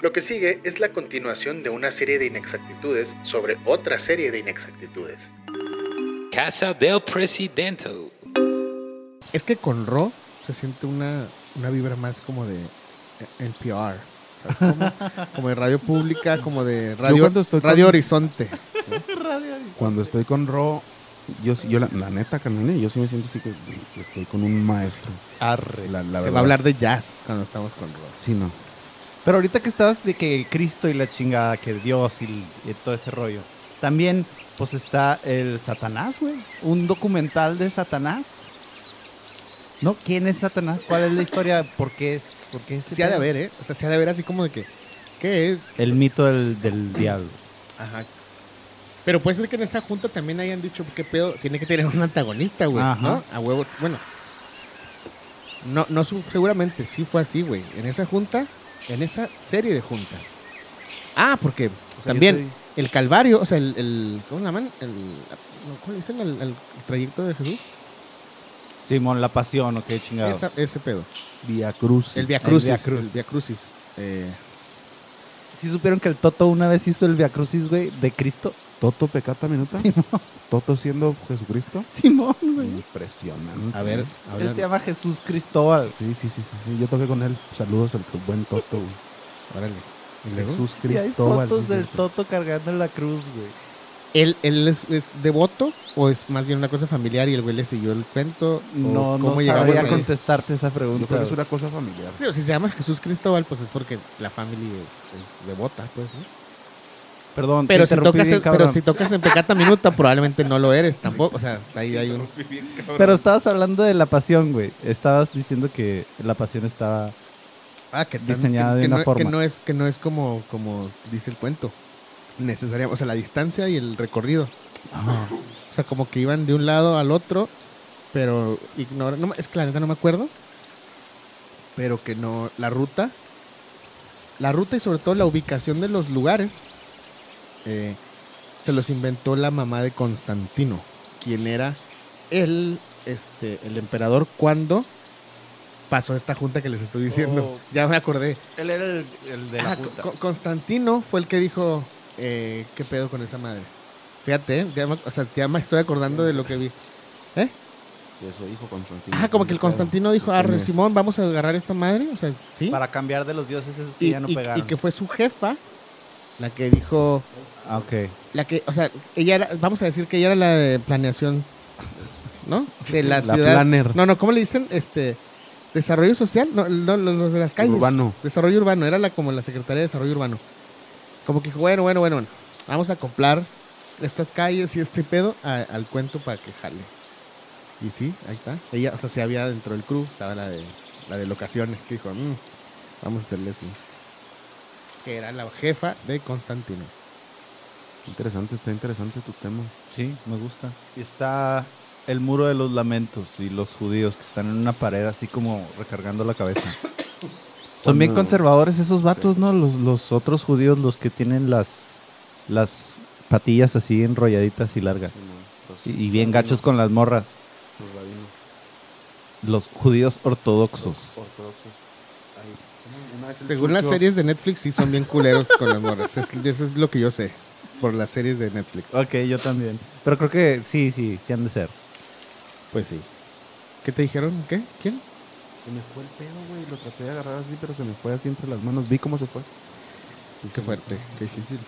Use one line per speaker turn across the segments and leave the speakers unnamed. Lo que sigue es la continuación de una serie de inexactitudes sobre otra serie de inexactitudes.
Casa del Presidente.
Es que con Ro se siente una, una vibra más como de eh, NPR. ¿sabes cómo? Como de radio pública, como de radio,
cuando estoy
radio
con-
Horizonte.
Cuando estoy con Ro, yo, sí- yo la, la neta, Carmine, yo sí me siento así que que estoy con un maestro.
Arre.
La, la
se
verdad.
va a hablar de jazz cuando estamos con Ro.
Sí, no.
Pero ahorita que estabas de que Cristo y la chingada, que Dios y, y todo ese rollo. También, pues está el Satanás, güey. Un documental de Satanás. ¿No? ¿Quién es Satanás? ¿Cuál es la historia? ¿Por qué es? ¿Por qué es
Sí ha de haber, ¿eh? O sea, sí ha de haber así como de que, ¿qué es?
El mito del, del diablo.
Ajá. Pero puede ser que en esa junta también hayan dicho, ¿qué pedo? Tiene que tener un antagonista, güey,
Ajá.
¿no? A huevo. Bueno. No, no, su- seguramente sí fue así, güey. En esa junta, en esa serie de juntas. Ah, porque
O sea,
también
yo estoy-
el Calvario, o sea, el, el- ¿cómo se llaman? El, no, ¿Cómo le dicen al al trayecto de Jesús?
Simón, la pasión, ¿o qué chingados?
Esa- ese pedo.
Via Cruz.
El Via
El Via
Crucis.
Crucis.
El Via Crucis. Eh,
¿Sí supieron que el Toto una vez hizo el Viacrucis, güey, de Cristo?
Toto Pecata Minuta.
Simón,
Toto siendo Jesucristo.
Simón, güey.
Impresionante.
a ver, habla-
Él se llama Jesús Cristóbal.
Sí, sí, sí, sí, sí. Yo toqué con él. Saludos al buen Toto. güey.
órale. ¿Y luego?
Jesús
Y hay
Cristóbal.
fotos
sí,
del
sí.
Toto cargando la cruz, güey.
¿Él, él es, es devoto o es más bien una cosa familiar y el güey le siguió el cuento? ¿O
No, no
llegamos
sabría
a eso?
contestarte esa pregunta.
Yo creo que es una cosa familiar.
Digo, si se llama Jesús Cristóbal, pues es porque la familia es, es devota, pues, ¿no?
Perdón,
Pero
te
si,
interrumpí
tocas,
bien,
pero
cabrón.
si tocas en pecata minuta, probablemente no lo eres tampoco. O sea, ahí hay un...
Pero estabas hablando de la pasión, güey. Estabas diciendo que la pasión estaba...
Ah, que tan-
Diseñada de
que
una
no,
forma.
Que no es, que no es como, como dice el cuento. Necesaria, o sea, la distancia y el recorrido. O sea, como que iban de un lado al otro, pero ignora, no me- es que la neta no me acuerdo, pero que no, la ruta, la ruta y sobre todo la ubicación de los lugares, eh, se los inventó la mamá de Constantino, quien era el, este, el emperador cuando pasó esta junta que les estoy diciendo. Ya me acordé.
Oh. Él era el, de
Ah, Co- Co- Constantino fue el que dijo, eh, ¿qué pedo con esa madre? Fíjate, eh, ya me, o sea, ya me estoy acordando de lo que vi.
De su hijo Constantino.
Ah, como que el Constantino dijo, ah,
¿Quién es?
Simón, vamos a agarrar esta madre, o sea, sí.
Para cambiar de los dioses esos que
Y,
ya no
y-
pegaron.
y que fue su jefa la que dijo,
Ah, ok.
la que, o sea, ella era, vamos a decir que ella era la de planeación, ¿no? De la,
La
ciudad.
planner.
No, no, ¿cómo le dicen? Este, desarrollo social, no, no, los los de las calles.
Urbano.
Desarrollo urbano, era la, como la Secretaría de Desarrollo Urbano. Como que dijo, bueno, bueno, bueno, bueno, vamos a acoplar estas calles y este pedo a- al cuento para que jale. Y sí, ahí está. Ella, o sea, si había dentro del crew, estaba la de, la de locaciones, que dijo, "Mm, vamos a hacerle así. Que era la jefa de Constantino.
Interesante, está interesante tu tema.
Sí, me gusta. Y está el muro de los lamentos y los judíos que están en una pared así como recargando la cabeza. Son bien
Cuando-
conservadores esos vatos, ¿no? Los, los otros judíos, los que tienen las, las patillas así enrolladitas y largas.
Los-
pues,
Y, y bien gachos con las morras.
Los rabinos
Los judíos ortodoxos.
ortodoxos. Ay, una vez el
Según las
Chucho-
series de Netflix, sí son bien culeros con las morras. Es- eso es lo que yo sé por las series de Netflix.
Ok, yo también. Pero creo que sí, sí, sí han de ser.
Pues sí. ¿Qué te dijeron? ¿Qué? ¿Quién?
Se me fue el pedo, güey. Lo traté de agarrar así, pero se me fue así entre las manos. Vi cómo se fue. Y se
Qué
me
fuerte, qué difícil.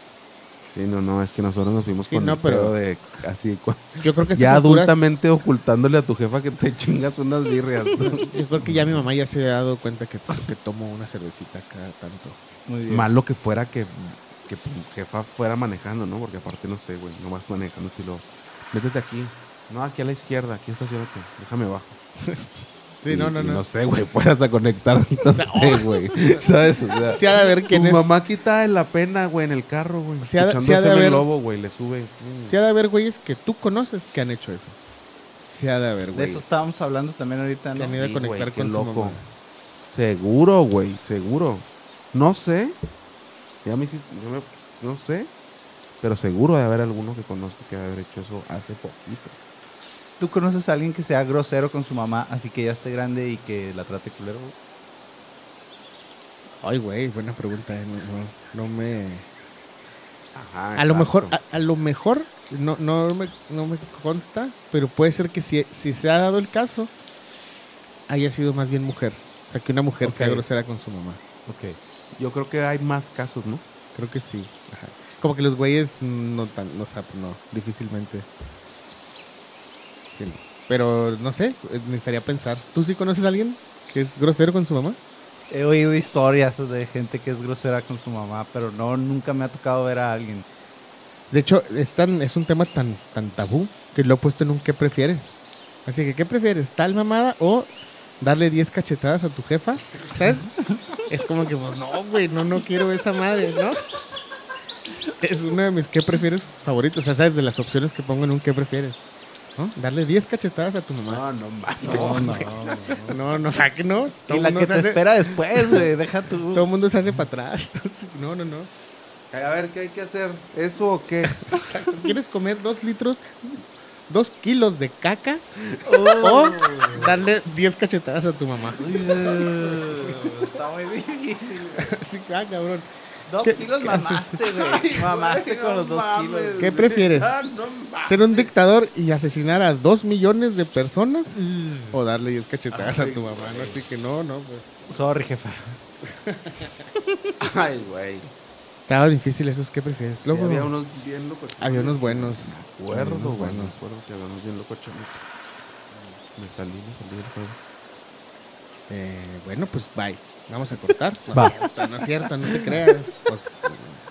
Sí, no, no, es que nosotros nos fuimos
Sí,
con
no,
el
pero-
pedo de así, cua-
Yo creo que a estas
ya
alturas-
adultamente ocultándole a tu jefa que te chingas unas birrias. tú.
Yo creo que ya mi mamá ya se ha dado cuenta que, que tomo una cervecita cada tanto.
Muy
Malo que fuera que, que tu jefa fuera manejando, ¿no? Porque aparte, no sé, güey, nomás manejando y lo... Métete aquí. No, aquí a la izquierda, aquí estacionate. Déjame abajo.
Sí,
Y-
no, no,
y
no.
No sé, güey, fueras a conectar. No sé, güey. ¿Sabes? O sea,
Se ha de ver quién
tu
es.
mamá quita la pena, güey, en el carro, güey.
Se ha de-
Escuchando
se ha de
FM
haber-
Lobo, güey, le sube. Mm.
Se ha de haber güeyes que tú conoces que han hecho eso. Se ha de haber
De
güeyes.
eso estábamos hablando también ahorita. ¿no?
Que han ido a
Sí,
conectar
güey, qué
con su
loco.
mamá.
Seguro, güey, seguro. No sé. Ya me hiciste. yo me- no sé. Pero seguro de haber alguno que conozco que haber hecho eso hace poquito.
¿Tú conoces a alguien que sea grosero con su mamá, así que ya esté grande y que la trate culero? güey?
Ay, güey, buena pregunta. eh, No, no- no me.
Ajá,
A lo
exacto.
mejor, a, a lo mejor, no, no, me, no me consta, pero puede ser que si, si se ha dado el caso, haya sido más bien mujer. O sea, que una mujer sea
Ok.
grosera con su mamá.
Ok.
Yo creo que hay más casos, ¿no?
Creo que sí. Ajá. Como que los güeyes no tan, no, o sea, pues no, difícilmente. Sí, no. Pero no sé, eh, necesitaría pensar. ¿Tú sí conoces a alguien que es grosero con su mamá?
He oído historias de gente que es grosera con su mamá, pero no, nunca me ha tocado ver a alguien.
De hecho, es, tan- es un tema tan, tan tabú que lo he puesto en un ¿qué prefieres? Así que, ¿qué prefieres? ¿Tal mamada o darle 10 cachetadas a tu jefa? ¿Sabes? Es como que, pues, no, güey, no, no quiero esa madre, ¿no? Es uno de mis ¿qué prefieres favoritos? O sea, ¿sabes? De las opciones que pongo en un ¿qué prefieres? ¿No? Darle 10 cachetadas a tu mamá.
no mames.
No, no.
No, no, ¿a que no? Todo
Y
el
la
mundo
que
se
te
hace-
espera después, güey, deja
Todo
tú.
el mundo se hace para atrás. No, no, no.
A ver, ¿qué hay que hacer? ¿Eso o qué?
¿Quieres comer dos litros, dos kilos de caca?
Oh.
O darle 10 cachetadas a tu mamá.
Está muy difícil.
Así que, ah, cabrón.
Dos
¿Qué-
kilos
qué haces?
mamaste, güey. Mamaste con los dos kilos. güey.
¿Qué prefieres?
Ah,
¿Ser un dictador y asesinar a dos millones de personas? O darle 10 cachetadas a tu mamá, ¿no? Así que no, no, pues.
Sorry, jefa.
Ay, güey.
Estaba difícil esos, ¿qué prefieres?
Sí,
Luego,
había unos bien locochones.
había unos buenos.
Me acuerdo,
Había unos
güey. Me
buenos.
acuerdo que había unos bien locochones. Me salí, me salí del juego.
Eh, bueno, pues bye. Vamos a cortar. No, es cierto, no es cierto, no te creas. Pues,